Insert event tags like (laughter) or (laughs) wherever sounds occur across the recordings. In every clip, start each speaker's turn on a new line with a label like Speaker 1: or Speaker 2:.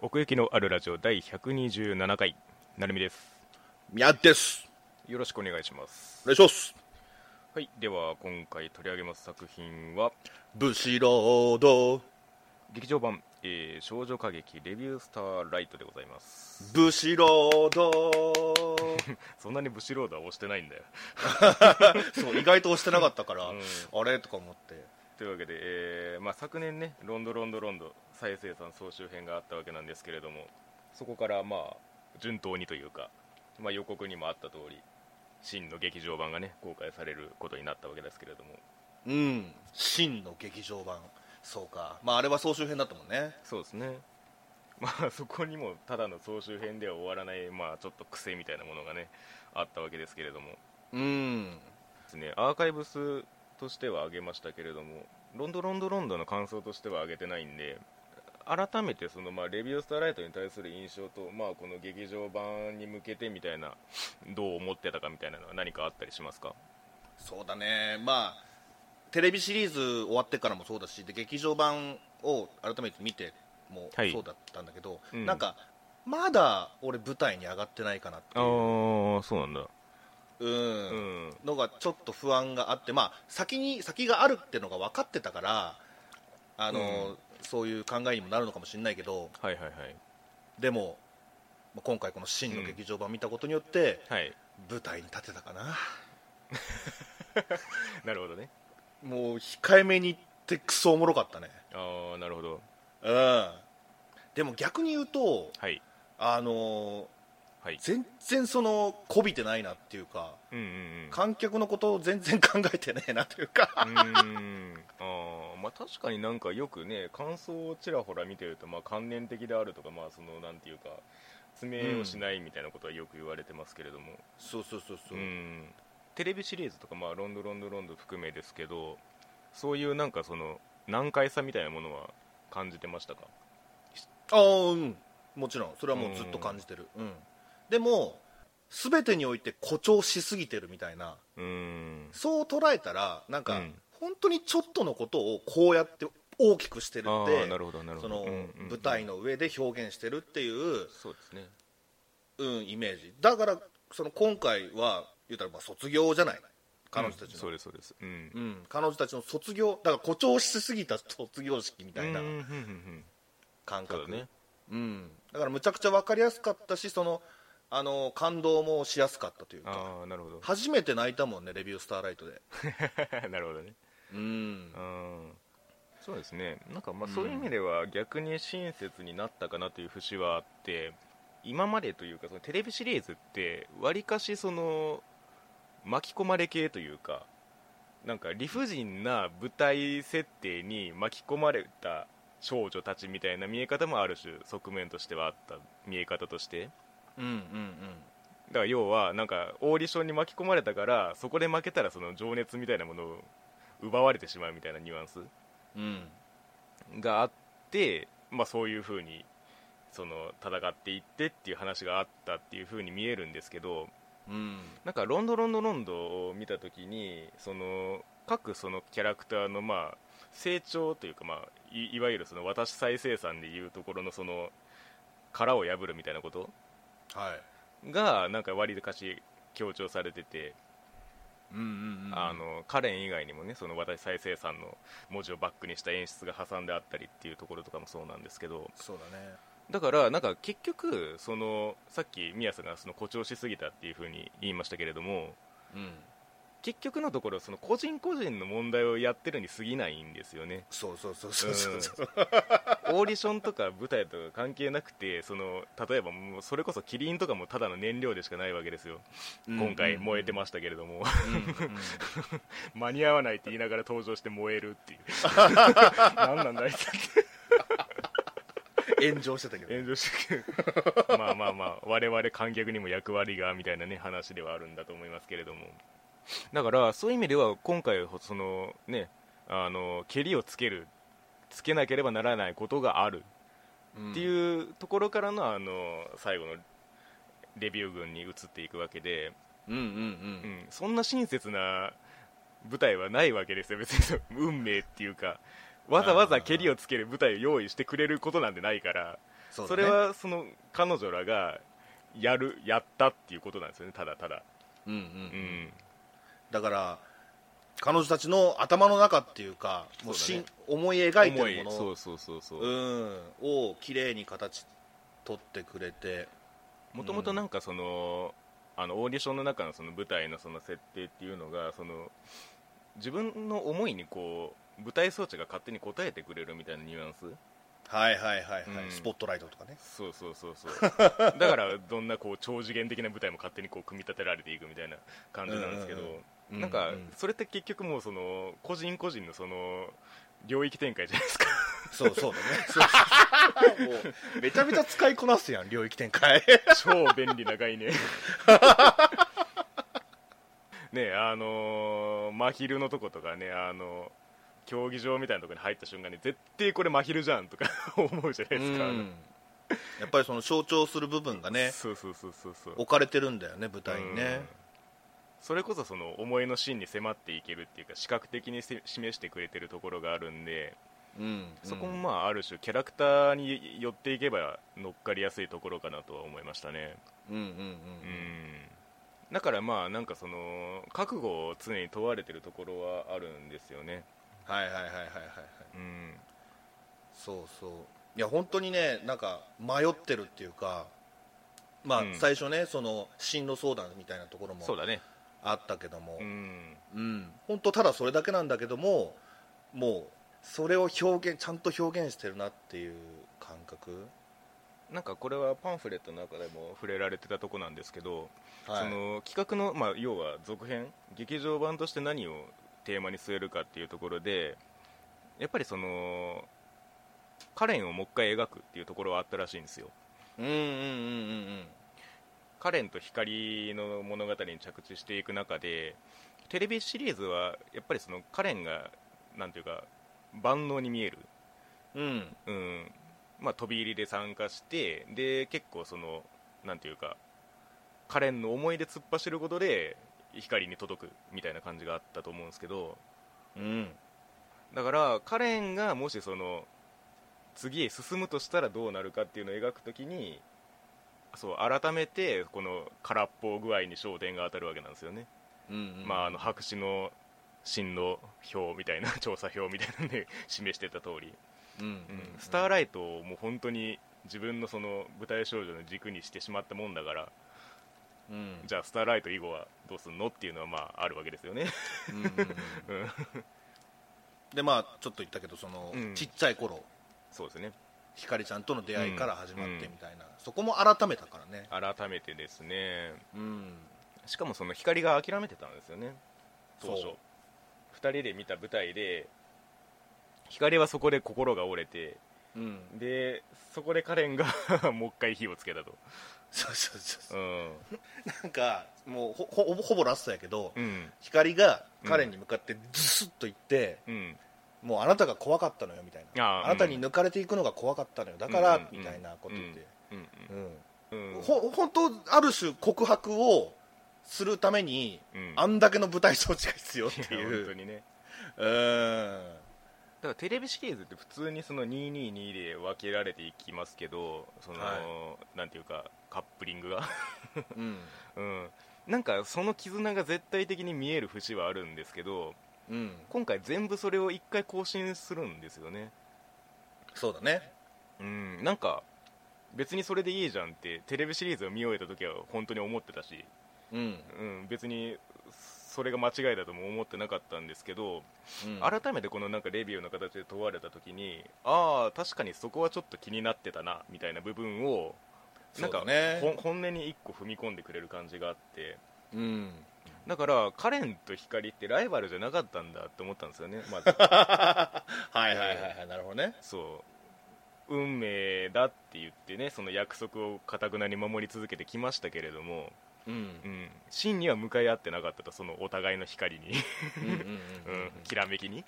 Speaker 1: 奥行きのあるラジオ第127回なるみです
Speaker 2: 宮です。
Speaker 1: よろしくお願いします
Speaker 2: お願いします。
Speaker 1: はいでは今回取り上げます作品は
Speaker 2: ブシロード、
Speaker 1: 劇場版、えー少女歌劇レビュースターライトでございます
Speaker 2: ブシロー
Speaker 1: (laughs)
Speaker 2: ド。
Speaker 1: そんなにブシロードは押してないんだよ
Speaker 2: そう、意外と押してなかったから、
Speaker 1: うん
Speaker 2: あれとか思って。
Speaker 1: というわけで、えーまあ、昨年ね「ロンドロンドロンド」再生産総集編があったわけなんですけれどもそこからまあ順当にというか、まあ、予告にもあった通り真の劇場版がね公開されることになったわけですけれども
Speaker 2: うん、真の劇場版。そうか。まあ、あれは総集編だったもんね。
Speaker 1: そうですね (laughs) まあそこにもただの総集編では終わらないまあちょっと癖みたいなものがねあったわけですけれども
Speaker 2: うん。
Speaker 1: ですねアーカイブスとしては上げましたけれどもロンドロンドロンドの感想としては上げてないんで改めてそのまあレビュースターライトに対する印象と、まあ、この劇場版に向けてみたいなどう思ってたかみたいなのは何かあったりしますか
Speaker 2: そうだね。まあ、テレビシリーズ終わってからもそうだし、で劇場版を改めて見ても
Speaker 1: はい
Speaker 2: そうだったんだけど、
Speaker 1: うん
Speaker 2: なんか、まだ俺舞台に上がってないかなっていう。
Speaker 1: あそうなんだう
Speaker 2: うん
Speaker 1: ん
Speaker 2: のがちょっと不安があって、まあ、先に先があるってのが分かってたからあの、
Speaker 1: う
Speaker 2: そういう考えにもなるのかもしれないけど
Speaker 1: はいはいはい
Speaker 2: でもまあ今回この真の劇場版見たことによって、
Speaker 1: はい
Speaker 2: 舞台に立てたかな
Speaker 1: なるほどね
Speaker 2: もう控えめに言ってクソおもろかったね
Speaker 1: ああなるほど
Speaker 2: うんでも逆に言うと
Speaker 1: はい
Speaker 2: あの
Speaker 1: はい
Speaker 2: 全然そのこびてないなっていうか
Speaker 1: うんうんうん
Speaker 2: 観客のことを全然考えてねえなというか
Speaker 1: うーんあーまあ確かになんかよくね感想をちらほら見てると、まあ、関連的であるとかまあそのなんていうか爪をしないみたいなことはよく言われてますけれども、
Speaker 2: そうそうそうそうう、
Speaker 1: んテレビシリーズとか、まあ、ロンドロンドロンド含めですけどそういうなんかその難解さみたいなものは感じてましたか
Speaker 2: ああうんもちろんそれはもうずっと感じてる、うんでも全てにおいて誇張しすぎてるみたいな
Speaker 1: うーん
Speaker 2: そう捉えたらなんか、
Speaker 1: うん
Speaker 2: 本当にちょっとのことをこうやって大きくしてる
Speaker 1: あ
Speaker 2: っ
Speaker 1: あ
Speaker 2: て
Speaker 1: なるほどなるほ
Speaker 2: そ
Speaker 1: ど
Speaker 2: の、
Speaker 1: うんうんうん
Speaker 2: 舞台の上で表現してるっていう、
Speaker 1: そうですね
Speaker 2: うん、イメージだからその今回は言うたらまあ卒業じゃない彼女た
Speaker 1: う
Speaker 2: ち
Speaker 1: ん
Speaker 2: の、
Speaker 1: そうですそうですうん
Speaker 2: うん彼女たちの卒業だから誇張しすぎた卒業式みたいな
Speaker 1: うんうんうんうん
Speaker 2: 感
Speaker 1: そう
Speaker 2: 覚、
Speaker 1: だね
Speaker 2: うん、だからむちゃくちゃ分かりやすかったしそのあの感動もしやすかったというか
Speaker 1: ああなるほど
Speaker 2: 初めて泣いたもんねレビュースターライトで
Speaker 1: (laughs) なるほどね
Speaker 2: うん
Speaker 1: うんそうですねなんかまあそういう意味では逆に親切になったかなという節はあって今までというかそのテレビシリーズってわりかしその巻き込まれ系というかなんか理不尽な舞台設定に巻き込まれた少女たちみたいな見え方もある種側面としてはあった見え方として
Speaker 2: うんうん
Speaker 1: だから要はなんかオーディションに巻き込まれたからそこで負けたらその情熱みたいなものを奪われてしまうみたいなニュアンス
Speaker 2: うんうん
Speaker 1: があって、まあ、そういうふうにその戦っていってっていう話があったっていうふうに見えるんですけど
Speaker 2: うん
Speaker 1: なんかロンドロンドロンドを見た時にその各そのキャラクターのまあ成長というか、まあ、いいわゆるその私再生産でいうところのその殻を破るみたいなこと
Speaker 2: はい
Speaker 1: がなんか割かし強調されてて、
Speaker 2: うんうんうん
Speaker 1: あのカレン以外にもねその私再生産の文字をバックにした演出が挟んであったりっていうところとかもそうなんですけど、
Speaker 2: そうだね
Speaker 1: だからなんか結局そのさっき宮さんがその誇張しすぎたっていうふうに言いましたけれども
Speaker 2: うん
Speaker 1: 結局のところその個人個人の問題をやってるに過ぎないんですよ
Speaker 2: (laughs)
Speaker 1: ね
Speaker 2: そうそうそうそうそうそう
Speaker 1: オーディションとか舞台とか関係なくてその例えばもうそれこそキリンとかもただの燃料でしかないわけですよ今回燃えてましたけれども
Speaker 2: うんうんうん
Speaker 1: 間に合わないって言いながら登場して燃えるっていう何なんだあいつ
Speaker 2: 炎上してたけど
Speaker 1: 炎上して (laughs) くるまあまあまあ我々観客にも役割がみたいなね話ではあるんだと思いますけれどもだからそういう意味では今回そのねあの蹴りをつけるつけなければならないことがあるって
Speaker 2: う
Speaker 1: い
Speaker 2: ん
Speaker 1: うところからのあの最後のレビュー群に移っていくわけで、
Speaker 2: うんうん
Speaker 1: う
Speaker 2: うん
Speaker 1: ん、そんな親切な舞台はないわけですよ別に (laughs) その運命っていうかわざわざ蹴りをつける舞台を用意してくれることなんてないから
Speaker 2: そ
Speaker 1: そう
Speaker 2: だね
Speaker 1: れはその彼女らがやるやったっていうことなんですよねただただ
Speaker 2: うんうん
Speaker 1: うん
Speaker 2: だから彼女たちの頭の中っていうかもう
Speaker 1: そうだね
Speaker 2: し思い描い
Speaker 1: 思
Speaker 2: て
Speaker 1: い
Speaker 2: るも
Speaker 1: そ
Speaker 2: の
Speaker 1: うそうそうそう
Speaker 2: うんを綺麗に形取ってくれて
Speaker 1: もともとなんかその,、あのオーディションの中のその舞台のその設定っていうのがその自分の思いにこう舞台装置が勝手に応えてくれるみたいなニュアンス
Speaker 2: はいはいはいはい、
Speaker 1: うん
Speaker 2: スポットライトとかね
Speaker 1: そうそうそうそう (laughs) だからどんなこう超次元的な舞台も勝手にこう組み立てられていくみたいな感じなんですけど、
Speaker 2: うんうんうん
Speaker 1: なんか
Speaker 2: ううん
Speaker 1: それって結局もうその個人個人のその領域展開じゃないですか
Speaker 2: そうそう (laughs) だねそうそうもうめちゃめちゃ使いこなすやん領域展開
Speaker 1: 超便利な概
Speaker 2: (laughs)
Speaker 1: 念ねあのー真昼のとことかねあの競技場みたいなところに入った瞬間に絶対これ真昼じゃんとか (laughs) 思うじゃないですか、
Speaker 2: うんやっぱりその象徴する部分がね
Speaker 1: そうそうそうそうそう
Speaker 2: 置かれてるんだよね舞台に
Speaker 1: うん
Speaker 2: ね
Speaker 1: それこそその思いの芯に迫っていけるっていうか視覚的にせ示してくれてるところがあるんで
Speaker 2: うん、
Speaker 1: そこもまあある種キャラクターに寄っていけば乗っかりやすいところかなとは思いましたね
Speaker 2: うんうんうん
Speaker 1: うんだからまあなんかその覚悟を常に問われてるところはあるんですよね
Speaker 2: はいはいはいはいはいはい
Speaker 1: うん
Speaker 2: そうそういや本当にねなんか迷ってるっていうかまあ、
Speaker 1: うん
Speaker 2: 最初ねその進路相談みたいなところも
Speaker 1: そうだね
Speaker 2: あったけども
Speaker 1: うん
Speaker 2: うん本当ただそれだけなんだけどももうそれを表現ちゃんと表現してるなっていう感覚
Speaker 1: なんかこれはパンフレットの中でも触れられてたとこなんですけど、
Speaker 2: はい
Speaker 1: その企画の、まあ、要は続編劇場版として何をテーマに据えるかっていうところでやっぱりそのカレンをもう一回描くっていうところはあったらしいんですよ
Speaker 2: うんうんうんうんうん
Speaker 1: カレンと光の物語に着地していく中でテレビシリーズはやっぱりそのカレンがなんていうか万能に見える
Speaker 2: うん
Speaker 1: うんまあ、飛び入りで参加してで結構そのなんていうかカレンの思い出突っ走ることで光に届くみたいな感じがあったと思うんですけど
Speaker 2: うん
Speaker 1: だからカレンがもしその次へ進むとしたらどうなるかっていうのを描くときにそう改めてこの空っぽ具合に焦点が当たるわけなんですよね、
Speaker 2: うん
Speaker 1: まあ、あの白紙の進路表みたいな調査表みたいなので (laughs) 示してた通り
Speaker 2: うんうん
Speaker 1: うんスターライトをもう本当に自分のその舞台少女の軸にしてしまったもんだから
Speaker 2: うん
Speaker 1: じゃあスターライト以後はどうすんのっていうのはまああるわけですよね
Speaker 2: うんうんうん
Speaker 1: うん
Speaker 2: でまあちょっと言ったけどその、
Speaker 1: うん
Speaker 2: ちっちゃい頃
Speaker 1: そうですね
Speaker 2: ひかりちゃんとの出会いから始まって
Speaker 1: うん
Speaker 2: みたいな、そこも改めたからね
Speaker 1: 改めてですね
Speaker 2: うん
Speaker 1: しかもその光が諦めてたんですよね当初
Speaker 2: そう
Speaker 1: 2人で見た舞台で光はそこで心が折れて
Speaker 2: うん
Speaker 1: でそこでカレンが (laughs) もう一回火をつけたと、
Speaker 2: そうそうそうそううんなんかもうほほほぼラストやけど、
Speaker 1: うん
Speaker 2: ひかりが彼に向かってズスッと言って、
Speaker 1: うん、
Speaker 2: もうあなたが怖かったのよみたい
Speaker 1: あ
Speaker 2: な
Speaker 1: ー
Speaker 2: あなたに抜かれていくのが怖かったのよだから、
Speaker 1: うんうんうん
Speaker 2: みたいなこと言って、
Speaker 1: うん
Speaker 2: うん
Speaker 1: うん
Speaker 2: ほ本当ある種告白をするために、
Speaker 1: うん
Speaker 2: あんだけの舞台装置が必要って
Speaker 1: いや
Speaker 2: いう
Speaker 1: 本当にね
Speaker 2: うん
Speaker 1: だからテレビシリーズって普通にその222で分けられていきますけどその、
Speaker 2: は
Speaker 1: なんていうかカップリングが、 (laughs)
Speaker 2: うん
Speaker 1: うん、なんかその絆が絶対的に見える節はあるんですけど
Speaker 2: うん
Speaker 1: 今回全部それを1回更新するんですよね、
Speaker 2: そうだね
Speaker 1: うん、なんか別にそれでいいじゃんってテレビシリーズを見終えた時は本当に思ってたし、
Speaker 2: うん、
Speaker 1: うん、別にそれが間違いだとも思ってなかったんですけど、
Speaker 2: うん
Speaker 1: 改めてこのなんかレビューの形で問われた時にああ確かにそこはちょっと気になってたなみたいな部分をなんか、
Speaker 2: そうだね
Speaker 1: ほん本音に一個踏み込んでくれる感じがあって
Speaker 2: うん
Speaker 1: だからカレンと光ってライバルじゃなかったんだって思ったんですよねまず
Speaker 2: はいはいはいはいなるほどね
Speaker 1: そう運命だって言ってねその約束をかたくなに守り続けてきましたけれども、
Speaker 2: うん
Speaker 1: うん、真には向かい合ってなかったとそのお互いの光に、
Speaker 2: うんうん
Speaker 1: う
Speaker 2: うんうん
Speaker 1: ん、きらめきに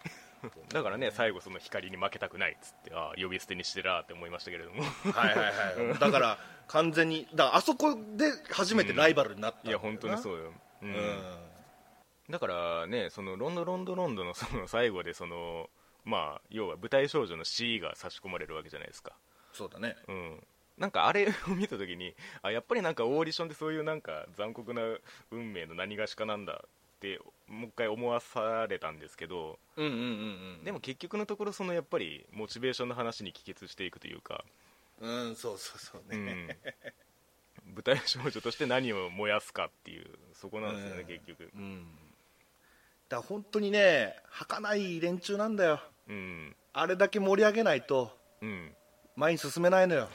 Speaker 1: だからね最後その光に負けたくないっつってああ呼び捨てにしてらーって思いましたけれども
Speaker 2: はいはいはいだから完全にだからあそこで初めてライバルになったん
Speaker 1: (laughs) い
Speaker 2: だ
Speaker 1: や
Speaker 2: よ
Speaker 1: 本当
Speaker 2: な
Speaker 1: にそうよ、う
Speaker 2: うんん
Speaker 1: だからねそのロンドロンドロンドのその最後でそのまあ要は舞台少女の C が差し込まれるわけじゃないですか
Speaker 2: そうだね
Speaker 1: うん、なんかあれ (laughs) を見た時にあやっぱりなんかオーディションでそういうなんか残酷な運命の何がしかなんだってもう一回思わされたんですけど
Speaker 2: うんうんうんうん
Speaker 1: でも結局のところそのやっぱりモチベーションの話に帰結していくというか、
Speaker 2: うんそうそうそう
Speaker 1: う
Speaker 2: ね、
Speaker 1: ん、
Speaker 2: (laughs)
Speaker 1: 舞台少女として何を燃やすかっていうそこなんですよね、
Speaker 2: うん
Speaker 1: 結局、
Speaker 2: うん、だから本当にね儚い連中なんだよ
Speaker 1: うん
Speaker 2: あれだけ盛り上げないと
Speaker 1: うん
Speaker 2: 前に進めないのよ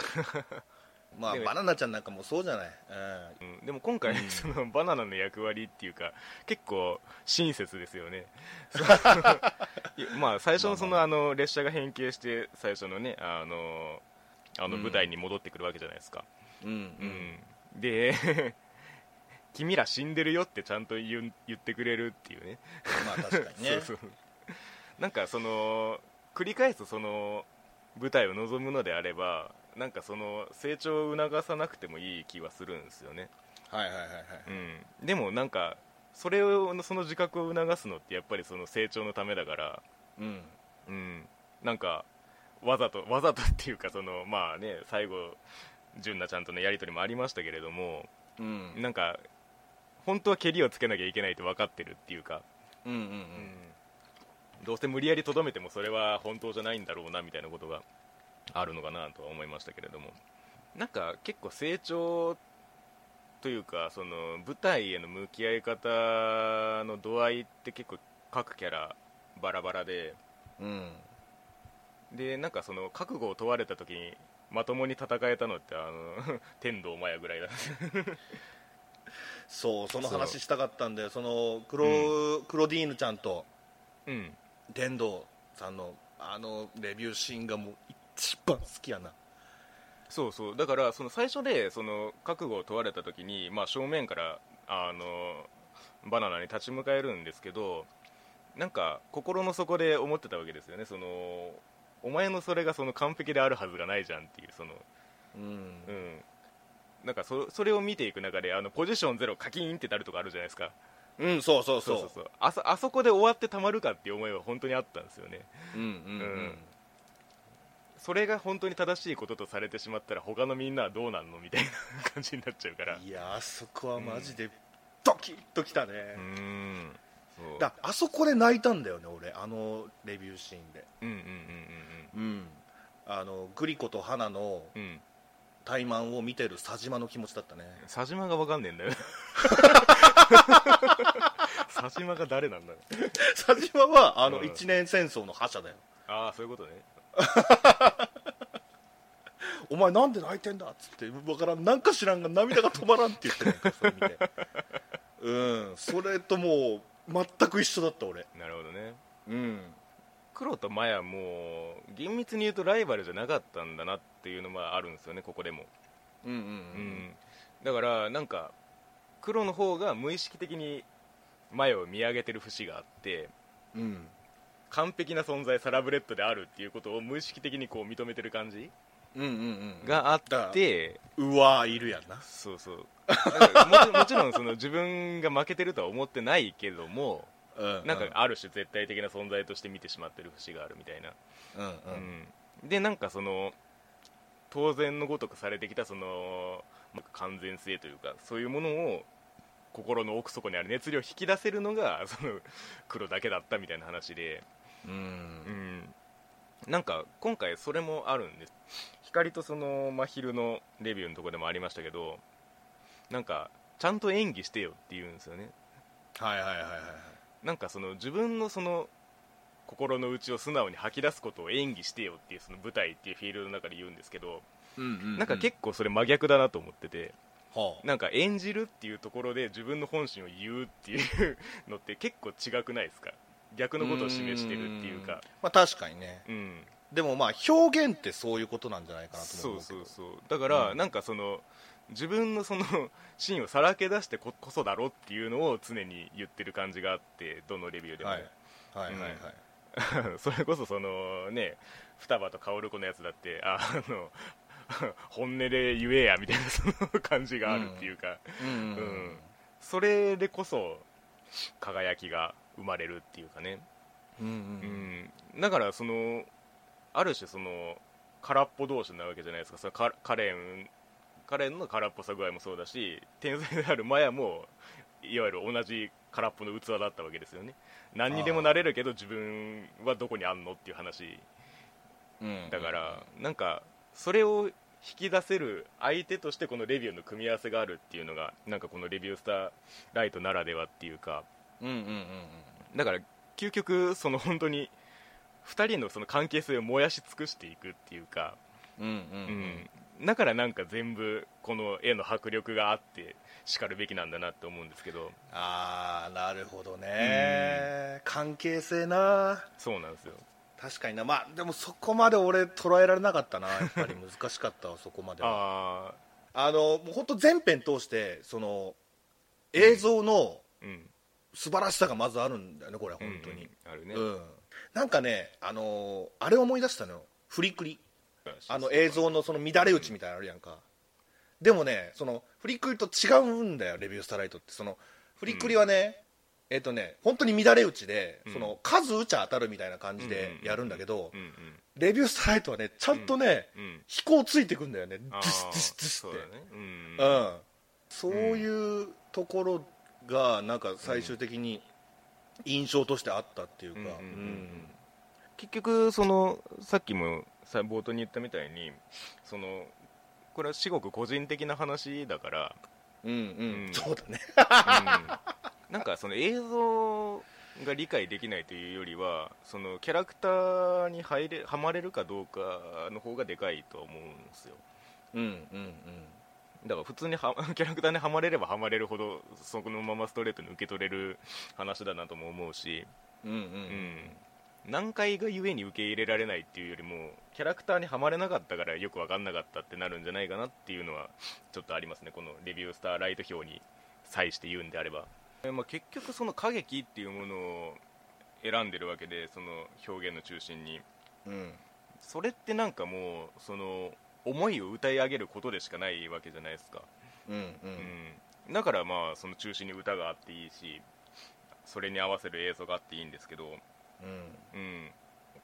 Speaker 2: (laughs) まあ
Speaker 1: でも
Speaker 2: バナナちゃんなんかもそうじゃない、
Speaker 1: うん、でも今回、そのバナナの役割っていうか結構親切ですよ
Speaker 2: (laughs)
Speaker 1: ねいやまあ最初のその
Speaker 2: ま
Speaker 1: あの列車が変形して最初のねあのあの
Speaker 2: うん
Speaker 1: 舞台に戻ってくるわけじゃないですか、
Speaker 2: うんうんう
Speaker 1: うんんで (laughs) 君ら死んでるよってちゃんと言う言ってくれるっていうね
Speaker 2: まあ確か (laughs) にね
Speaker 1: そうそうなんかその繰り返すその舞台を望むのであればなんかその成長を促さなくてもいい気はするんですよね
Speaker 2: はいはいはいはい、
Speaker 1: うん、でもなんかそれをその自覚を促すのってやっぱりその成長のためだから、
Speaker 2: うん、
Speaker 1: うん、なんかわざとわざとっていうかそのまあね最後純奈ちゃんとのやり取りもありましたけれども
Speaker 2: うん
Speaker 1: なんか本当はけりをつけなきゃいけないと分かってるっていうか、
Speaker 2: うんうん
Speaker 1: どうせ無理やりとどめてもそれは本当じゃないんだろうなみたいなことがあるのかなとは思いましたけれどもなんか結構成長というかその舞台への向き合い方の度合いって結構各キャラバラバラで
Speaker 2: うんうん
Speaker 1: でなんかその覚悟を問われた時にまともに戦えたのってあの (laughs) 天童マヤぐらいだ
Speaker 2: そうその
Speaker 1: そう
Speaker 2: 話したかったんでそのクロ,、クロディーヌちゃんと
Speaker 1: うん
Speaker 2: 天童さんのあのレビューシーンがもう一番好きやな
Speaker 1: そうそうだからその最初でその覚悟を問われた時に、まあ、正面からあのバナナに立ち向かえるんですけどなんか心の底で思ってたわけですよねそのお前のそれがその完璧であるはずがないじゃんっていうその
Speaker 2: うん
Speaker 1: うんなんかそそれを見ていく中であのポジションゼロカキーンってなるとかあるじゃないですか
Speaker 2: うんそうそうそう
Speaker 1: そうそうあそあそこで終わってたまるかっていう思いは本当にあったんですよね
Speaker 2: うんうんうん
Speaker 1: それが本当に正しいこととされてしまったら他のみんなはどうなんのみたいな感じになっちゃうから
Speaker 2: いやあそこはマジでドキッときたね、
Speaker 1: うーんそう
Speaker 2: だあそこで泣いたんだよね俺あのレビューシーンで
Speaker 1: うんうんうん
Speaker 2: うんあのグリコと花の
Speaker 1: うんうんうん
Speaker 2: 怠慢を見てる佐島の気持ちだったね
Speaker 1: 佐島がわかんねえんだよ佐島が誰なんだろう
Speaker 2: (laughs) 佐島はあ
Speaker 1: う
Speaker 2: の
Speaker 1: ん
Speaker 2: 一年戦争の覇者だよ、
Speaker 1: ああそういうことね
Speaker 2: お前なんで泣いてんだっつってわからんなんか知らんが涙が止まらんって言ってるそれ見てうんそれともう全く一緒だった俺
Speaker 1: なるほどね
Speaker 2: うん
Speaker 1: 黒とマヤも厳密に言うとライバルじゃなかったんだなっていうのはあるんですよねここでも
Speaker 2: うんうんう
Speaker 1: うんんだからなんか黒の方が無意識的にマヤを見上げてる節があって
Speaker 2: うんうん
Speaker 1: 完璧な存在サラブレッドであるっていうことを無意識的にこう認めてる感じ
Speaker 2: うんうんうん
Speaker 1: があっ
Speaker 2: だ
Speaker 1: て
Speaker 2: うわーいるやんな
Speaker 1: そうそうなんかもちもちろんその自分が負けてるとは思ってないけども
Speaker 2: うん
Speaker 1: なんかある種絶対的な存在として見てしまってる節があるみたいな、
Speaker 2: うんうん
Speaker 1: うんでなんかその当然のごとくされてきたそのまあ完全性というかそういうものを心の奥底にある熱量を引き出せるのがその黒だけだったみたいな話で、
Speaker 2: うんうん
Speaker 1: うん、なんか今回それもあるんです光とその真昼のレビューのとこでもありましたけどなんかちゃんと演技してよって言うんですよね
Speaker 2: はいはいはいはい
Speaker 1: なんかその自分のその心の内を素直に吐き出すことを演技してよっていうその舞台っていうフィールドの中で言うんですけど、
Speaker 2: うんう
Speaker 1: なんか結構それ真逆だなと思ってて
Speaker 2: はあ
Speaker 1: なんか演じるっていうところで自分の本心を言うっていうのって結構違くないですか逆のことを示してるっていうか
Speaker 2: まあ確かにね
Speaker 1: うん
Speaker 2: でもまあ表現ってそういうことなんじゃないかなと
Speaker 1: そ
Speaker 2: 思
Speaker 1: う
Speaker 2: うけ
Speaker 1: そ
Speaker 2: ど
Speaker 1: うそうだから、
Speaker 2: うん
Speaker 1: なんかその自分の (laughs) その芯をさらけ出してここそだろっていうのを常に言ってる感じがあってどのレビューでも、
Speaker 2: はいはいはいは
Speaker 1: (laughs)
Speaker 2: い、
Speaker 1: それこそそのね双葉と薫子のやつだってああの (laughs) 本音で言えやみたいなその感じがあるっていうか、
Speaker 2: うん
Speaker 1: うんそれでこそ輝きが生まれるっていうかね、
Speaker 2: うんうんう
Speaker 1: うんん、だからそのある種その空っぽ同士なわけじゃないですかそのカカレンカレンの空っぽさ具合もそうだし天才であるマヤもいわゆる同じ空っぽの器だったわけですよね何にでもなれるけど自分はどこにあんのっていう話
Speaker 2: うん
Speaker 1: だから、なんかそれを引き出せる相手としてこのレビューの組み合わせがあるっていうのがなんかこのレビュースターライトならではっていうか
Speaker 2: うんうんうんうん
Speaker 1: だから究極その本当に2人のその関係性を燃やし尽くしていくっていうか、
Speaker 2: うん
Speaker 1: う
Speaker 2: うんうん
Speaker 1: ん、だからなんか全部この絵の迫力があってしかるべきなんだなと思うんですけど
Speaker 2: ああなるほどね、関係性な
Speaker 1: そうなんですよ
Speaker 2: 確かになまあでもそこまで俺捉えられなかった (laughs) なやっぱり難しかったわそこまでは
Speaker 1: ああ
Speaker 2: あのもう本当全編通してその映像の
Speaker 1: うん
Speaker 2: 素晴らしさがまずあるんだよねこれは本当
Speaker 1: う
Speaker 2: に
Speaker 1: んうんあるね、
Speaker 2: うん、なんかねあのーあれ思い出したのよフリクリあの映像のその乱れ打ちみたいなのあるやんか、でもねそのフリクリと違うんだよレビュースターライトってそのフリクリはね、えっ、とね本当に乱れ打ちで、
Speaker 1: うん
Speaker 2: その数打ちゃ当たるみたいな感じで
Speaker 1: うん
Speaker 2: やるんだけど、
Speaker 1: うん
Speaker 2: レビュースターライトはねちゃんとね、
Speaker 1: うんうん
Speaker 2: 飛行ついてくんだよね
Speaker 1: あ
Speaker 2: ド
Speaker 1: ー
Speaker 2: ゥシドゥシドゥシ
Speaker 1: そ
Speaker 2: っ
Speaker 1: う
Speaker 2: て
Speaker 1: だねうん
Speaker 2: う、ん、そういうところがなんか最終的に印象としてあったっていうか、
Speaker 1: うんうんうんうん結局そのさっきもさ冒頭に言ったみたいにそのこれは至極個人的な話だから、
Speaker 2: うんうん
Speaker 1: うん
Speaker 2: そうだね
Speaker 1: うんなんかその映像が理解できないというよりはそのキャラクターに入れはまれるかどうかの方がでかいと思うんですよ
Speaker 2: うんうんうん
Speaker 1: だから普通には (laughs) キャラクターにはまれればはまれるほどそこのままストレートに受け取れる話だなとも思うし、
Speaker 2: うんうん
Speaker 1: うん、難解がゆえに受け入れられないっていうよりもキャラクターにはまれなかったからよく分かんなかったってなるんじゃないかなっていうのはちょっとありますねこのレビュースターライト表に際して言うんであれば、えまあ、結局その歌劇っていうものを選んでるわけでその表現の中心に
Speaker 2: うん
Speaker 1: それってなんかもうその思いを歌い上げることでしかないわけじゃないですか
Speaker 2: うん
Speaker 1: うん、だからまあその中心に歌があっていいしそれに合わせる映像があっていいんですけど、
Speaker 2: う
Speaker 1: うん、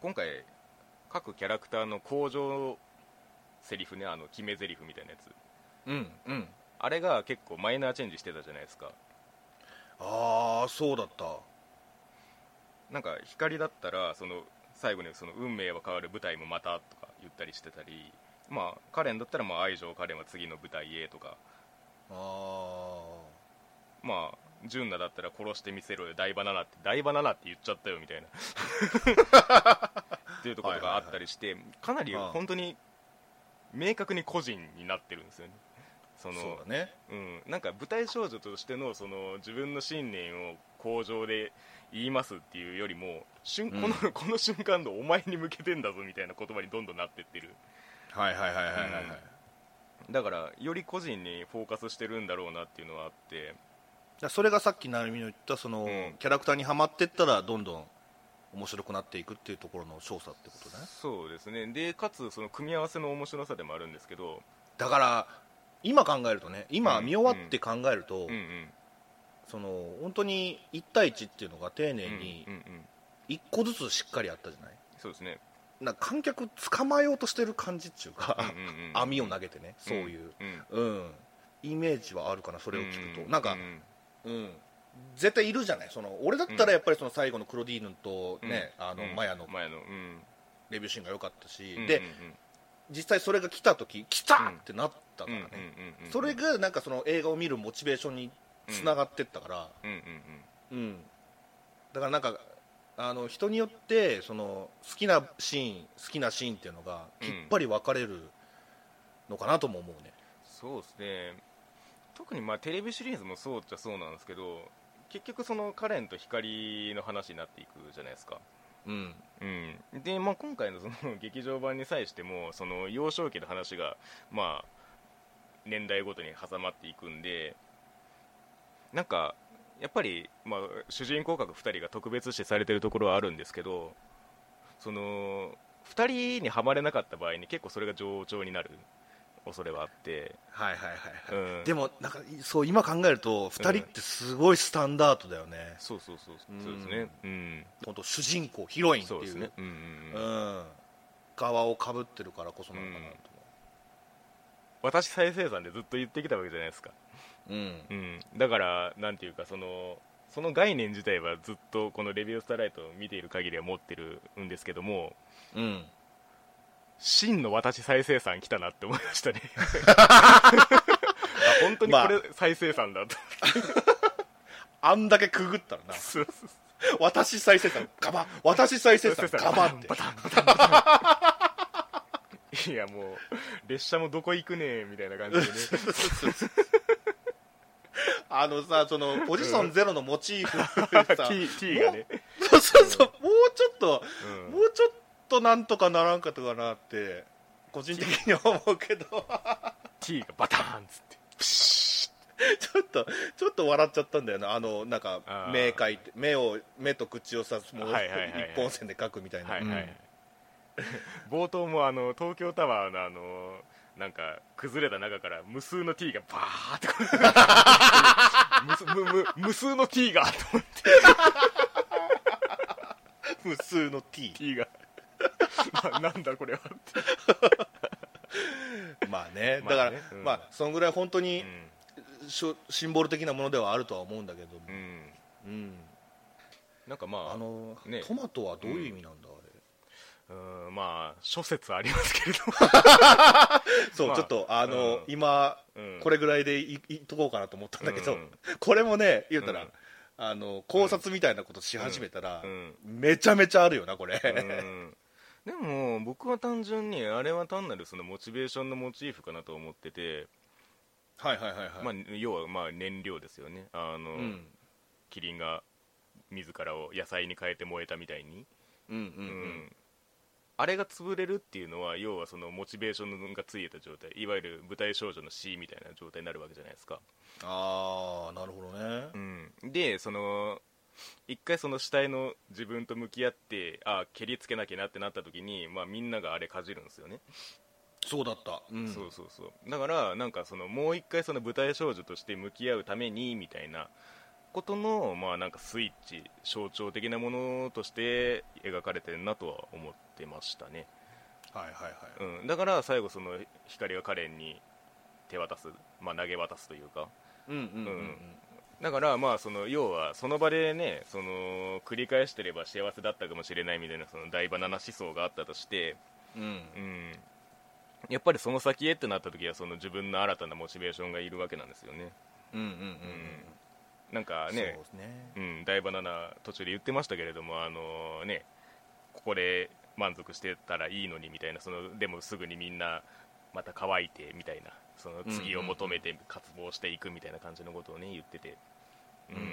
Speaker 1: 今回各キャラクターの向上セリフねあの決め台詞みたいなやつ
Speaker 2: んうんうん
Speaker 1: あれが結構マイナーチェンジしてたじゃないですか
Speaker 2: ああそうだった
Speaker 1: なんか光だったらその最後にその運命は変わる舞台もまたとか言ったりしてたりまあカレンだったらまあ愛情カレンは次の舞台へとか
Speaker 2: ああ
Speaker 1: まあ純奈だったら殺してみせろよ大バナナって大バナナって言っちゃったよみ (laughs) たいなっていうところがあったりして、かなり
Speaker 2: ああ
Speaker 1: 本当に明確に個人になってるんですよねそ
Speaker 2: そ
Speaker 1: の
Speaker 2: うだね
Speaker 1: うん、なんか舞台少女としてのその自分の信念を向上で言いますっていうよりも瞬この,、 (laughs)
Speaker 2: う
Speaker 1: この瞬間のお前に向けてんだぞみたいな言葉にどんどんなってってる
Speaker 2: はいはいはいはいはいはい、
Speaker 1: だからより個人にフォーカスしてるんだろうなっていうのはあって
Speaker 2: だそれがさっき成美の言ったその、
Speaker 1: うん
Speaker 2: キャラクターにはまってったらどんどん面白くなっていくっていうところの少佐ってことね
Speaker 1: そうですねでかつその組み合わせの面白さでもあるんですけど、
Speaker 2: だから今考えるとね今
Speaker 1: うん
Speaker 2: 見終わって考えると、
Speaker 1: うんうん、
Speaker 2: その本当に1対1っていうのが丁寧に
Speaker 1: うんうんうん
Speaker 2: 1個ずつしっかりあったじゃない
Speaker 1: そうですね、
Speaker 2: なんか観客捕まえようとしてる感じっていうか、
Speaker 1: うんうんうん
Speaker 2: (laughs) 網を投げてねそういう、
Speaker 1: んん
Speaker 2: うんイメージはあるかなそれを聞くと、
Speaker 1: う
Speaker 2: なんか、
Speaker 1: う
Speaker 2: うん、絶対いるじゃないその俺だったらやっぱりその最後のクロディーヌと、ねあの
Speaker 1: うん
Speaker 2: マヤの
Speaker 1: マヤの、うん
Speaker 2: レビューシーンが良かったし、
Speaker 1: うん
Speaker 2: で実際それが来た時来たってなったか
Speaker 1: うん
Speaker 2: ら
Speaker 1: うん
Speaker 2: ね、
Speaker 1: うんうんうん
Speaker 2: それがなんかその映画を見るモチベーションにつながってったから、
Speaker 1: うんうんうん
Speaker 2: うんだからなんかあの人によってその好きなシーン好きなシーンっていうのがきっぱり分かれるのかなとも思うね、
Speaker 1: そうですね特にまあテレビシリーズもそうっちゃそうなんですけど結局そのカレンと光の話になっていくじゃないですか
Speaker 2: うん
Speaker 1: うん、で、まあ、今回のそ (laughs) の劇場版に際してもその幼少期の話が、まあ、年代ごとに挟まっていくんでなんかやっぱり、まあ、主人公格2人が特別視されてるところはあるんですけどその2人にはまれなかった場合に結構それが冗長になる恐れはあって、
Speaker 2: はいはいはいは
Speaker 1: う
Speaker 2: い、
Speaker 1: ん、
Speaker 2: でもなんかそう今考えると2人ってすごいスタンダードだよね、
Speaker 1: そうそうそうそうですね、うん、
Speaker 2: 本当主人公ヒロインって
Speaker 1: そうで
Speaker 2: い
Speaker 1: す
Speaker 2: う
Speaker 1: ね、うんうんうん
Speaker 2: うん、側をかぶってるからこそなのかなと
Speaker 1: 私再生産でずっと言ってきたわけじゃないですか、
Speaker 2: 思う、うん
Speaker 1: うん、だからなんていうかそのその概念自体はずっとこのレビュースターライトを見ている限りは持ってるんですけども
Speaker 2: うん、
Speaker 1: 真の私再生産来たなって思いま
Speaker 2: (laughs)
Speaker 1: したねあ本当にこれ再生産だと、
Speaker 2: あんだけくぐっ
Speaker 1: (laughs)
Speaker 2: たらな
Speaker 1: そうそうそう
Speaker 2: 私再生産ガバ私再
Speaker 1: (laughs)
Speaker 2: 生産ガバって
Speaker 1: いやもう列車もどこ行くねえみたいな
Speaker 2: (laughs)
Speaker 1: 感じでね
Speaker 2: あのさそのポジションゼロのモチーフ
Speaker 1: (laughs)
Speaker 2: さ
Speaker 1: T, T がね、
Speaker 2: (laughs) そうそうそうもうちょっと、
Speaker 1: うん
Speaker 2: もうちょっとなんとかならんかったかなって個人的には思うけどちょ
Speaker 1: T がバターンっつってプシッ
Speaker 2: っとちょっと笑っちゃったんだよなあのなんか
Speaker 1: あー
Speaker 2: 目描いて目を目と口をさもう
Speaker 1: はいはいはいはい
Speaker 2: 一本線で描くみたいな、
Speaker 1: はいはい、
Speaker 2: うん
Speaker 1: 冒頭もあの東京タワーのあのなんか崩れた中から無数の T がバーってこう無数無無無数の T がと思って
Speaker 2: 無数の T
Speaker 1: T が (laughs) ななんだこれはって、
Speaker 2: まあね
Speaker 1: まあ
Speaker 2: だ
Speaker 1: ね
Speaker 2: からまあ,、
Speaker 1: うん
Speaker 2: そのぐらい本当に
Speaker 1: う、ん
Speaker 2: しょシンボル的なものではあるとは思うんだけども
Speaker 1: う、ん、
Speaker 2: うん
Speaker 1: なんかまあ
Speaker 2: あの
Speaker 1: ね
Speaker 2: トマトはどういう意味なんだ、あれ
Speaker 1: うーんまあ諸説あります
Speaker 2: (laughs)
Speaker 1: けれども、
Speaker 2: そう、
Speaker 1: まあ
Speaker 2: ちょっとあの、
Speaker 1: うん
Speaker 2: 今
Speaker 1: うん
Speaker 2: これぐらいでいいっとこうかなと思ったんだけど、
Speaker 1: うん
Speaker 2: これもね言うたら、
Speaker 1: うん
Speaker 2: あの考察みたいなことし始めたら、
Speaker 1: うん
Speaker 2: めちゃめちゃあるよなこれ、 (laughs)
Speaker 1: うんでも僕は単純にあれは単なるそのモチベーションのモチーフかなと思ってて、
Speaker 2: はいはいはいはい、
Speaker 1: まあ、要はまあ燃料ですよねあの、
Speaker 2: うん
Speaker 1: キリンが自らを野菜に変えて燃えたみたいに、
Speaker 2: うんうん
Speaker 1: う
Speaker 2: う
Speaker 1: んあれが潰れるっていうのは要はそのモチベーションがついた状態いわゆる舞台少女の死みたいな状態になるわけじゃないですか、
Speaker 2: ああなるほどね
Speaker 1: うん、でその一回その死体の自分と向き合ってあ蹴りつけなきゃなってなった時に、まあ、みんながあれかじるんですよね、
Speaker 2: そうだった、うん
Speaker 1: そうそうそうだからなんかそのもう一回その舞台少女として向き合うためにみたいなことのまあなんかスイッチ象徴的なものとして描かれてるなとは思ってましたね、
Speaker 2: はいはいはい、
Speaker 1: うん、だから最後その光がカレンに手渡す、まあ、投げ渡すというか
Speaker 2: うんうんうんうん
Speaker 1: うんだからまあその要はその場でねその繰り返してれば幸せだったかもしれないみたいなその大バナナ思想があったとして
Speaker 2: うん
Speaker 1: うんやっぱりその先へってなった時はその自分の新たなモチベーションがいるわけなんですよね
Speaker 2: うんうんうん
Speaker 1: なんか
Speaker 2: うんそう
Speaker 1: ね
Speaker 2: ですね
Speaker 1: うん、大バナナ途中で言ってましたけれどもあのねここで満足してたらいいのにみたいなそのでもすぐにみんなまた乾いてみたいなその次を求めて渇望していくみたいな感じのことをね言ってて、うん
Speaker 2: うんうん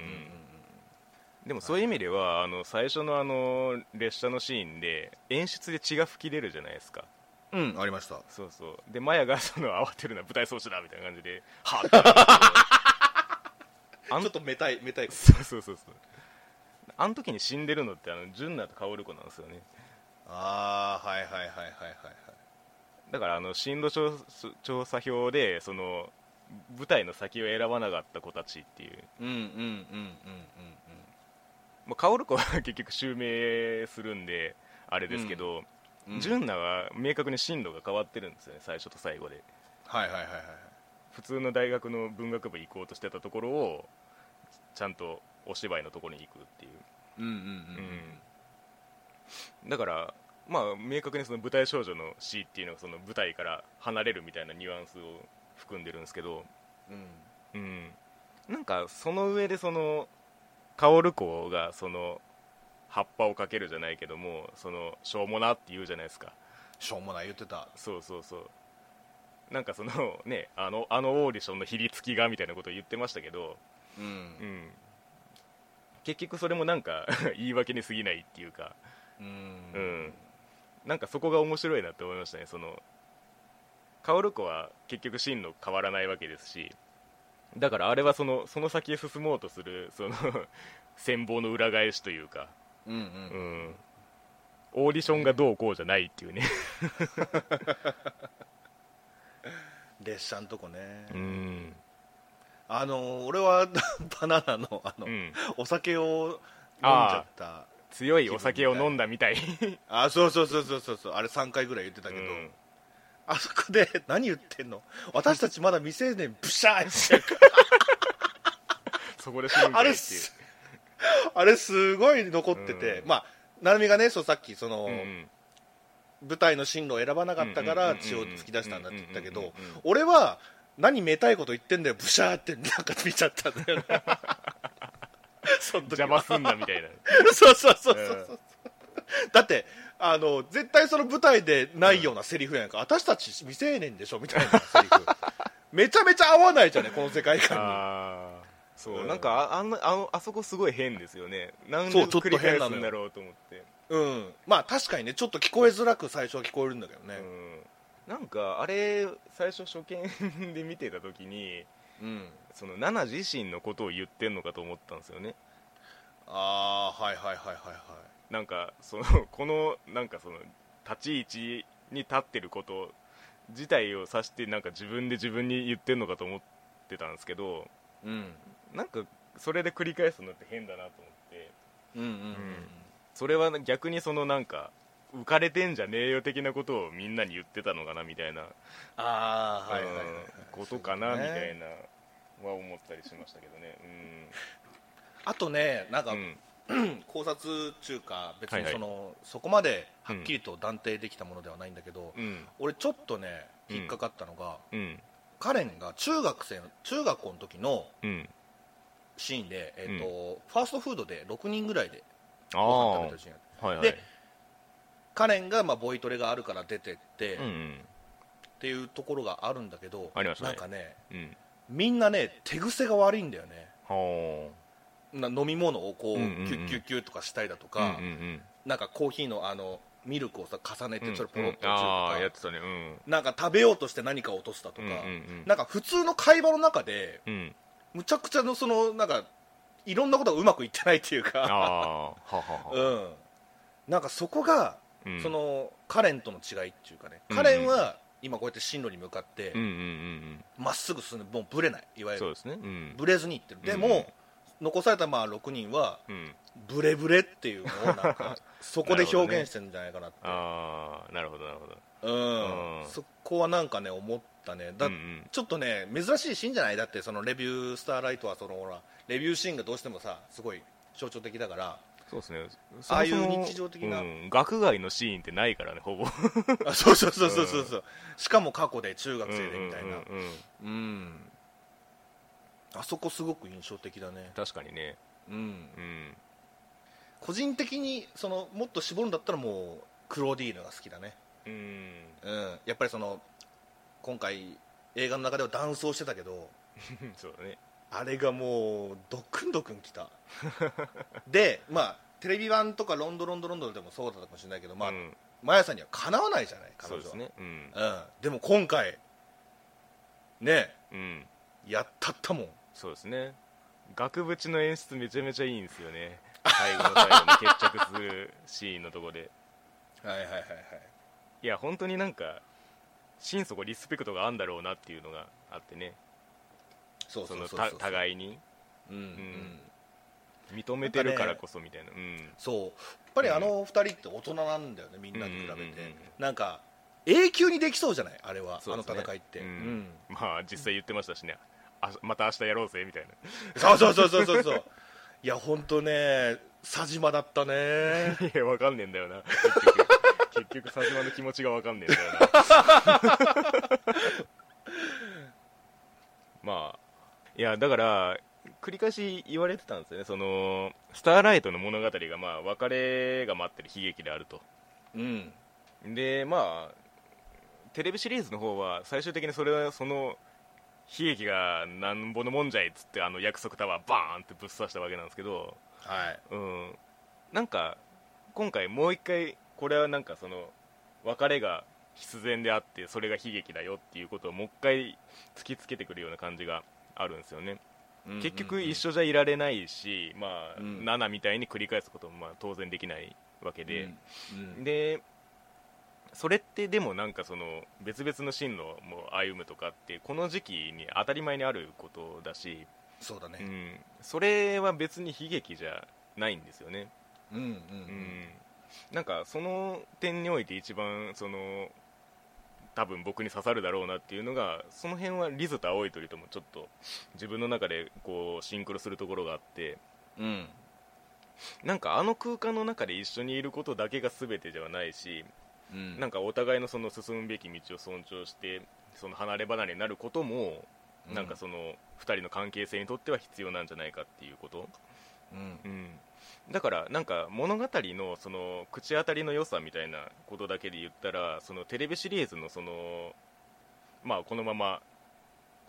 Speaker 1: でもそういう意味では、あの最初のあの列車のシーンで演出で血が吹き出るじゃないですか
Speaker 2: うんうん、うん、ありました
Speaker 1: そうそうでマヤがその慌てるな舞台装置だみたいな感じではぁってあん
Speaker 2: ちょっとめたいめた (laughs) い
Speaker 1: そうそうそうそうあの時に死んでるのってあの純奈と薫子なんですよね
Speaker 2: ああはいはいはいはいはいはい
Speaker 1: だからあの進路調調査票でその舞台の先を選ばなかった子たちっていう、
Speaker 2: うんうんうんうんうん
Speaker 1: まあ、薫子は (laughs) 結局襲名するんであれですけど、
Speaker 2: うんうん
Speaker 1: 純奈は明確に進路が変わってるんですよね最初と最後で
Speaker 2: はいはいはいはい
Speaker 1: 普通の大学の文学部行こうとしてたところをちゃんとお芝居のところに行くっていう
Speaker 2: うんうん
Speaker 1: うん、だから、まあ、明確にその舞台少女の死っていうのがその舞台から離れるみたいなニュアンスを含んでるんですけど、
Speaker 2: うんうん
Speaker 1: うん、なんかその上でその薫子がその葉っぱをかけるじゃないけどもそのしょうもなって言うじゃないですか
Speaker 2: しょうもない言ってた
Speaker 1: そうそうそうなんかそのねあのあのオーディションのひりつきがみたいなことを言ってましたけど、
Speaker 2: うん
Speaker 1: うん、結局それもなんか (laughs) 言い訳に過ぎないっていうか
Speaker 2: う
Speaker 1: うんん、なんかそこが面白いなって思いましたねその薫子は結局進路変わらないわけですしだからあれはそのその先へ進もうとするその (laughs) 戦望の裏返しというか、
Speaker 2: うん
Speaker 1: う
Speaker 2: うんうん
Speaker 1: ん、オーディションがどうこうじゃないっていうね
Speaker 2: 列車のとこね
Speaker 1: うん、
Speaker 2: あの俺は (laughs) バナナのあの
Speaker 1: うん
Speaker 2: (laughs) お酒を飲んじゃった
Speaker 1: 強いお酒を飲んだみたい
Speaker 2: あそうそうそうそうそうそうあれ3回ぐらい言ってたけど、
Speaker 1: うん
Speaker 2: あそこで (laughs) 何言ってんの私たちまだ未成年ブシャーって
Speaker 1: そこで死ぬん
Speaker 2: あ
Speaker 1: かい
Speaker 2: れ
Speaker 1: っていう
Speaker 2: すあれすごい残ってて、
Speaker 1: うん
Speaker 2: まあ成美がねそうさっきその、
Speaker 1: うんうん
Speaker 2: 舞台の進路を選ばなかったか
Speaker 1: うんうん
Speaker 2: ら
Speaker 1: うんうん
Speaker 2: 血を突き出したんだって言ったけ
Speaker 1: うんうん
Speaker 2: ど
Speaker 1: うんうん
Speaker 2: 俺は何めたいこと言ってんだよブシャーってなんか見ちゃったんだ
Speaker 1: (laughs)
Speaker 2: よねその時
Speaker 1: 邪
Speaker 2: は
Speaker 1: 魔すんなみたい (laughs) な
Speaker 2: (laughs) そうそうそうそうそう、だってあの絶対その舞台でないようなセリフやんか、私たち未成年でしょみたいなセ (laughs) リフめちゃめちゃ合わないじゃないこの世界観
Speaker 1: ああそう、
Speaker 2: うん
Speaker 1: なんかああんなあのあそこすごい変ですよねなん
Speaker 2: そ
Speaker 1: で
Speaker 2: うちょ
Speaker 1: 繰
Speaker 2: っと
Speaker 1: り返
Speaker 2: 変な
Speaker 1: す
Speaker 2: の
Speaker 1: ん
Speaker 2: よ
Speaker 1: だろうと思って
Speaker 2: にうんまあ確かにねちょっと聞こえづらく最初は聞こえるんだけどね
Speaker 1: うん、なんかあれ最初初見で見てた時に
Speaker 2: うん、
Speaker 1: そのナナ自身のことを言ってんのかと思ったんですよね
Speaker 2: ああはいはいはいはいはい
Speaker 1: なんかその (laughs) このなんかその立ち位置に立ってること自体を指してなんか自分で自分に言ってんのかと思ってたんですけど
Speaker 2: うん
Speaker 1: なんかそれで繰り返すのって変だなと思って
Speaker 2: うんうん
Speaker 1: それは逆にそのなんか浮かれてんじゃねえよ的なことをみんなに言ってたのかなみたいな
Speaker 2: ああはいはいはいはい
Speaker 1: うんことかなみた
Speaker 2: そう
Speaker 1: い
Speaker 2: ね
Speaker 1: なは思ったりしましたけどね
Speaker 2: あとねなん
Speaker 1: う
Speaker 2: か
Speaker 1: ん、うん
Speaker 2: 考察中か別
Speaker 1: はい
Speaker 2: に
Speaker 1: はい
Speaker 2: その、そこまではっきりと断定できたものではないんだけど、
Speaker 1: うん
Speaker 2: 俺ちょっとね引っかかったのが、
Speaker 1: うん
Speaker 2: カレンが中学生の中学校の時の
Speaker 1: うん
Speaker 2: シーンで、えっとファーストフードで6人ぐらいで
Speaker 1: ああ
Speaker 2: ご飯食
Speaker 1: は
Speaker 2: べたシーンがあって
Speaker 1: いはい
Speaker 2: でカレンがまあボイトレがあるから出てって、
Speaker 1: うんう
Speaker 2: っ
Speaker 1: ん
Speaker 2: ていうところがあるんだけど
Speaker 1: ありましたね
Speaker 2: なんかね
Speaker 1: うん
Speaker 2: みんなね手癖が悪いんだよね
Speaker 1: は
Speaker 2: な飲み物をこう、
Speaker 1: うんうんうん
Speaker 2: キュッキュッキュッとかしたりだと
Speaker 1: あ
Speaker 2: か、
Speaker 1: うんうん
Speaker 2: なんかコーヒーのあのミルクをさ重ね
Speaker 1: うん
Speaker 2: てそれポロッと落ちると
Speaker 1: あ
Speaker 2: か、
Speaker 1: あやってたねうん
Speaker 2: なんか食べようとして何か落とすだとか、
Speaker 1: うんうん
Speaker 2: なんか普通の会話の中で
Speaker 1: うんうん
Speaker 2: むちゃくちゃのそのなんかいろんなことがうまくいってないっていう
Speaker 1: あ
Speaker 2: か、
Speaker 1: あはあはあ
Speaker 2: う
Speaker 1: はあ
Speaker 2: ん、なんかそこが、
Speaker 1: うん
Speaker 2: そのカレンとの違いっていうかね
Speaker 1: うん
Speaker 2: カレンは今こうやって進路に向かって
Speaker 1: うんうんうん
Speaker 2: ま、っすぐ進んでもうぶれないいわ
Speaker 1: うん
Speaker 2: ゆ
Speaker 1: そう
Speaker 2: る
Speaker 1: ですねうん
Speaker 2: ぶれずにいってるでも、残されたまあ6人は
Speaker 1: うん
Speaker 2: ブレブレっていうのをなんか
Speaker 1: (laughs)
Speaker 2: そこで表現してるんじゃないかなって
Speaker 1: ああなるほどなるほど
Speaker 2: うん
Speaker 1: うん
Speaker 2: そこはなんかね思ったねだ、
Speaker 1: うんうん
Speaker 2: ちょっとね珍しいシーンじゃないだってそのレビュースターライトはそのほらレビューシーンがどうしてもさすごい象徴的だから
Speaker 1: そうですね
Speaker 2: ああいう
Speaker 1: そもそも
Speaker 2: 日常的な
Speaker 1: うん学外のシーンってないからねほぼ
Speaker 2: あそうそうそうそうそうそう、しかも過去で中学 (laughs) 生でみたいな
Speaker 1: うんうんうんうん
Speaker 2: うんあそこすごく印象的だね
Speaker 1: 確かにね
Speaker 2: うん
Speaker 1: うん
Speaker 2: 個人的にそのもっと絞るんだったらもうクローディーヌが好きだね
Speaker 1: うん
Speaker 2: うんやっぱりその今回映画の中ではダンスをしてたけど
Speaker 1: そうだね
Speaker 2: あれがもうドックンドックン
Speaker 1: (laughs)
Speaker 2: きたでまあテレビ版とかロンドロンドロンドでもそうだったかもしれないけど、まあ
Speaker 1: うん
Speaker 2: マヤさんにはかなわないじゃない
Speaker 1: そ
Speaker 2: 彼女
Speaker 1: う
Speaker 2: は
Speaker 1: ですねうん
Speaker 2: うん、でも今回ね
Speaker 1: うん
Speaker 2: やったったもん
Speaker 1: そうですね額縁の演出めちゃめちゃいいんですよ
Speaker 2: (laughs)
Speaker 1: ね最後の最後に決着するシーンのとこで
Speaker 2: はいはいはいはい
Speaker 1: いや本当になんか心底リスペクトがあんだろうなっていうのがあってね
Speaker 2: そう
Speaker 1: そ
Speaker 2: そうそ
Speaker 1: の
Speaker 2: うそう
Speaker 1: た互いに
Speaker 2: うん、うん
Speaker 1: ん認めてるからこそみたいなうん
Speaker 2: そうやっぱりあの二人って大人なんだよねみんなと比べて、
Speaker 1: うんうんうんうん
Speaker 2: なんか永久にできそうじゃないあれは、
Speaker 1: そう
Speaker 2: あ
Speaker 1: で
Speaker 2: の
Speaker 1: すね
Speaker 2: 戦いって、
Speaker 1: う
Speaker 2: うんん
Speaker 1: まあ実際言ってましたしねあまた明日やろうぜみたいな
Speaker 2: そうそうそうそうそうそういや本当ね佐島だったね
Speaker 1: い (laughs) や、わかんねえんだよな。結局、結局佐島の気持ちがわかんねえんだよな。 (laughs) まあ、いや、だから、繰り返し言われてたんですよね。その、スターライトの物語が、まあ、別れが待ってる悲劇であると。
Speaker 2: うん
Speaker 1: で、まあ、テレビシリーズの方は、最終的にそれは、その、悲劇がなんぼのもんじゃいっつって、あの、約束タワーバーンってぶっ刺したわけなんですけど、
Speaker 2: はい
Speaker 1: うん、なんか今回もう一回これはなんかその別れが必然であってそれが悲劇だよっていうことをもう一回突きつけてくるような感じがあるんですよね、結局一
Speaker 2: 緒
Speaker 1: 緒じゃいられないし、まあ
Speaker 2: うん
Speaker 1: ナナみたいに繰り返すこともまあ当然できないわけで、
Speaker 2: うん
Speaker 1: でそれってでもなんかその別々の進路も歩むとかってこの時期に当たり前にあることだし、
Speaker 2: そうだね、
Speaker 1: うん、それは別に悲劇じゃないんですよね
Speaker 2: うんうん
Speaker 1: うん、なんかその点において一番その多分僕に刺さるだろうなっていうのがその辺はリズと青い鳥ともちょっと自分の中でこうシンクロするところがあって
Speaker 2: うんうん
Speaker 1: なんかあの空間の中で一緒にいることだけが全てではないし
Speaker 2: うん
Speaker 1: なんかお互いのその進むべき道を尊重してその離れ離れになることも
Speaker 2: うん
Speaker 1: なんかその2人の関係性にとっては必要なんじゃないかっていうこと、
Speaker 2: うん
Speaker 1: うん、だからなんか物語のその口当たりの良さみたいなことだけで言ったらそのテレビシリーズのそのまあこのまま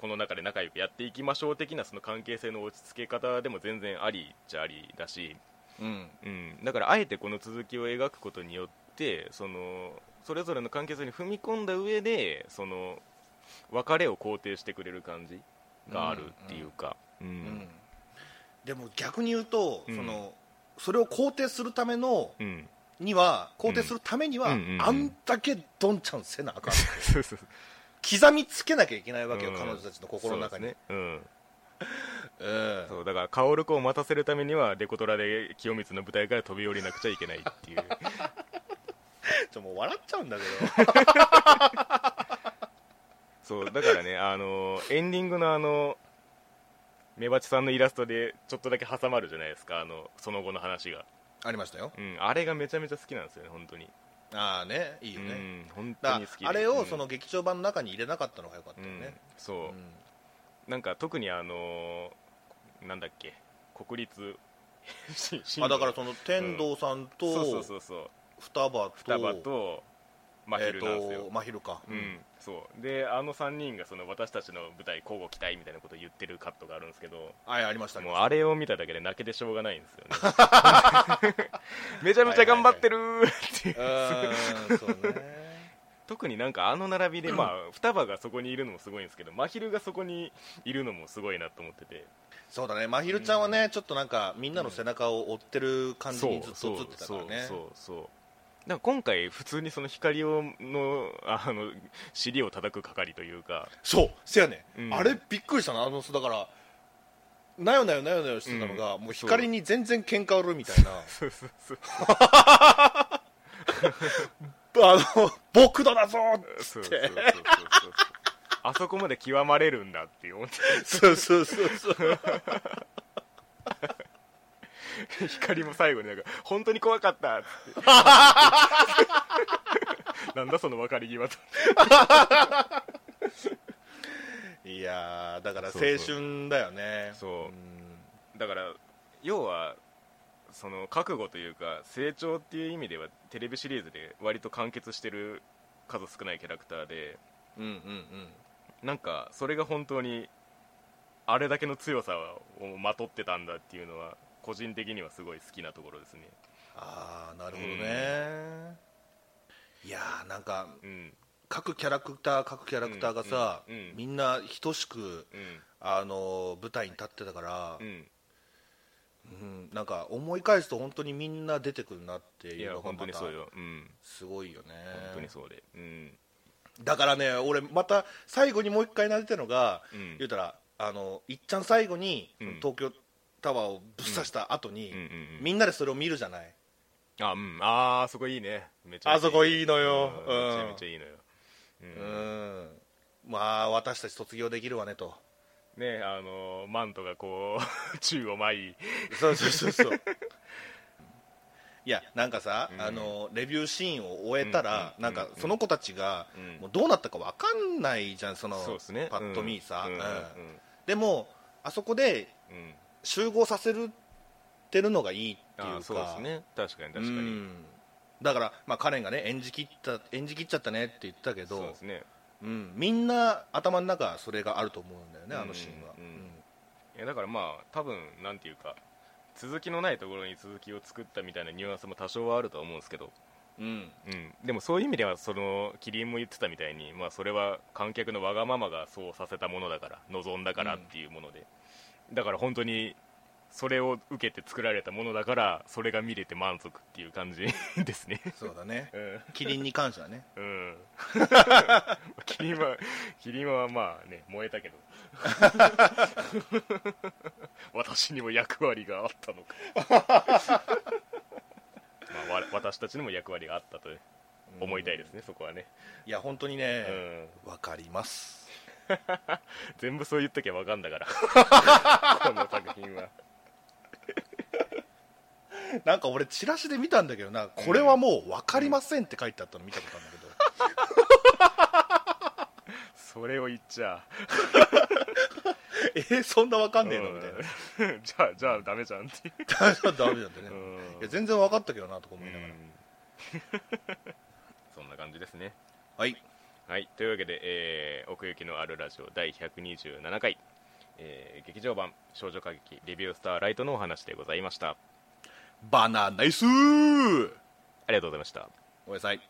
Speaker 1: この中で仲良くやっていきましょう的なその関係性の落ち着け方でも全然ありっちゃありだし、
Speaker 2: うん
Speaker 1: うん、だからあえてこの続きを描くことによってそのそれぞれの関係性に踏み込んだ上でその別れを肯定してくれる感じがあるっていうか。うん
Speaker 2: うんでも逆に言うと、
Speaker 1: うん
Speaker 2: そのそれを肯定するための
Speaker 1: うん (laughs)
Speaker 2: には肯定するためには、
Speaker 1: うんうんうんうん
Speaker 2: あんだけどんちゃんせな
Speaker 1: (laughs)
Speaker 2: あかん
Speaker 1: そうそうそう
Speaker 2: 刻みつけなきゃいけないわけよ、
Speaker 1: うん
Speaker 2: 彼女たちの心の中に
Speaker 1: そうですね、うん、
Speaker 2: うん
Speaker 1: そうだから薫子を待たせるためにはデコトラで清光の舞台から飛び降りなくちゃいけないっていう
Speaker 2: (laughs) ちょもう笑っちゃうんだけ
Speaker 1: (laughs) そうだからねあのエンディングのあのメバチさんのイラストでちょっとだけ挟まるじゃないですかあのその後の話が、
Speaker 2: どありましたよ
Speaker 1: うん、あれがめちゃめちゃ好きなんですよね本当に
Speaker 2: ああねいいよ
Speaker 1: う
Speaker 2: ね、
Speaker 1: ん本当
Speaker 2: だ
Speaker 1: に好きで
Speaker 2: あれを
Speaker 1: うん
Speaker 2: その劇場版の中に入れなかったのが良かった
Speaker 1: うん
Speaker 2: よね、
Speaker 1: そうう、
Speaker 2: ん
Speaker 1: なんか特にあのなんだっけ国立 (laughs) 新聞
Speaker 2: あだからその天童さん
Speaker 1: そうそう
Speaker 2: と
Speaker 1: そうそう
Speaker 2: 双葉と
Speaker 1: 双葉と真
Speaker 2: え
Speaker 1: 昼
Speaker 2: ー
Speaker 1: なんですよ、
Speaker 2: とまひるか、
Speaker 1: うん、そうであの3人がその私たちの舞台交互期待みたいなことを言ってるカットがあるんですけど
Speaker 2: はいありました
Speaker 1: もう
Speaker 2: ね
Speaker 1: あれを見ただけで泣けてしょうがないんですよね (laughs) めちゃめちゃ頑張ってるっていう
Speaker 2: うーんそうね
Speaker 1: 特になんかあの並びで、ま (laughs) あ、双葉がそこにいるのもすごいんですけど真昼がそこにいるのもすごいなと思ってて
Speaker 2: そうだねまひるちゃんはね、ちょっとなんかみんなの背中を追ってる感じにずっと映ってたからね
Speaker 1: そうそうそうだから今回普通にその光をのあの尻を叩く係という (laughs) か
Speaker 2: そうせやね、
Speaker 1: うん
Speaker 2: あれびっくりしたなあのそうだからなよなよなよなよしてたのが、
Speaker 1: うん
Speaker 2: もう光に全然喧嘩売るみたいな
Speaker 1: (laughs) そうそう
Speaker 2: (laughs)
Speaker 1: そう
Speaker 2: あの僕のだぞ
Speaker 1: そうそうそうそうそうあそこまで極まれるんだって思って
Speaker 2: そうそうそうそう
Speaker 1: 光も最後になんか「本当に怖かった」っつってなんだその分かり際と
Speaker 2: いやーだから青
Speaker 1: そうそう
Speaker 2: 春だよね
Speaker 1: そうんだから要はその覚悟というか成長っていう意味ではテレビシリーズで割と完結してる数少ないキャラクターで
Speaker 2: うんうん
Speaker 1: なんかそれが本当にあれだけの強さをまとってたんだっていうのは個人的にはすごい好きなところですね
Speaker 2: ああなるほどね、いやーなんか
Speaker 1: うん
Speaker 2: 各キャラクター各キャラクターがさ、
Speaker 1: うんうんうん
Speaker 2: みんな等しく
Speaker 1: うん
Speaker 2: あの舞台に立ってたから、
Speaker 1: うん
Speaker 2: うんなんか思い返すと本当にみんな出てくるなって
Speaker 1: い
Speaker 2: いう
Speaker 1: や
Speaker 2: のが
Speaker 1: 本当
Speaker 2: ま
Speaker 1: に
Speaker 2: た
Speaker 1: そうよ、うん、
Speaker 2: すごいよね
Speaker 1: 本当にそうで、うん、
Speaker 2: だからね俺また最後にもう一回撫でたのが、
Speaker 1: うん
Speaker 2: 言うたらあのいっちゃん最後に、
Speaker 1: うん
Speaker 2: 東京タワーをぶっ刺した後に、
Speaker 1: うんうんうん
Speaker 2: みんなでそれを見るじゃない
Speaker 1: あうんあーそこいいねめちゃめちゃ
Speaker 2: あそこいいのよ
Speaker 1: うん
Speaker 2: うん
Speaker 1: めちゃめちゃいいのよ、う
Speaker 2: うんんまあ私たち卒業できるわね
Speaker 1: (laughs)
Speaker 2: と
Speaker 1: ねあのマントがこう (laughs) 宙を舞い
Speaker 2: そうそうそうそう (laughs) いやなんかさ、
Speaker 1: うん
Speaker 2: あのレビューシーンを終えたら、
Speaker 1: うん
Speaker 2: なんかその子たちが、
Speaker 1: うん
Speaker 2: もうどうなったかわかんないじゃんその
Speaker 1: そうですね
Speaker 2: パッと見さ、
Speaker 1: うんうん
Speaker 2: うんでもあそこで
Speaker 1: うんうん
Speaker 2: 集合させるってるのがいいって
Speaker 1: あ
Speaker 2: いう
Speaker 1: ー
Speaker 2: か
Speaker 1: そうですね確かに確か
Speaker 2: う
Speaker 1: に
Speaker 2: んだから、まあ、カレンがね演じきった演じきっちゃったねって言ったけ
Speaker 1: そう
Speaker 2: ど
Speaker 1: ですね
Speaker 2: うん、みんな頭の中それがあると思うんだよねあのシーンは、
Speaker 1: うんうんいやだからまあ多分なんていうか続きのないところに続きを作ったみたいなニュアンスも多少はあるとは思うんですけど、
Speaker 2: うんうん
Speaker 1: うん、でもそういう意味ではそのキリンも言ってたみたいに、まあ、それは観客のわがままがそうさせたものだから望んだからっていうもので、だから本当にそれを受けて作られたものだからそれが見れて満足っていう感じ (laughs) ですね
Speaker 2: そうだね
Speaker 1: うん
Speaker 2: キリンに関してはね
Speaker 1: うんキリンはキリンはまあね燃えたけど (laughs) 私にも役割があったのか (laughs) まあわ私たちにも役割があったと (laughs) 思いたいですね、そこはね、
Speaker 2: いや本当に
Speaker 1: う
Speaker 2: ね
Speaker 1: ん、
Speaker 2: わ、かります
Speaker 1: 全部そう言っときゃ分かんだ (laughs) からこの作品は
Speaker 2: なんか俺チラシで見たんだけどなこれはもうわかりませんって書いてあったの見たことあるんだけど、
Speaker 1: それを言っちゃ
Speaker 2: (laughs) えーそんなわかんねえのみたいな
Speaker 1: うん (laughs) じゃあじゃあダメじゃんっていう
Speaker 2: ダメだってね、
Speaker 1: うん
Speaker 2: いや全然わかったけどなとか思いながら、
Speaker 1: うんそんな感じですね
Speaker 2: はい
Speaker 1: はい、というわけで、えー奥行きのあるラジオ第127回、えー劇場版「少女歌劇レビュースターライト」のお話でございましたあ
Speaker 2: バナナイスー
Speaker 1: りがとうございました
Speaker 2: ごめんなさい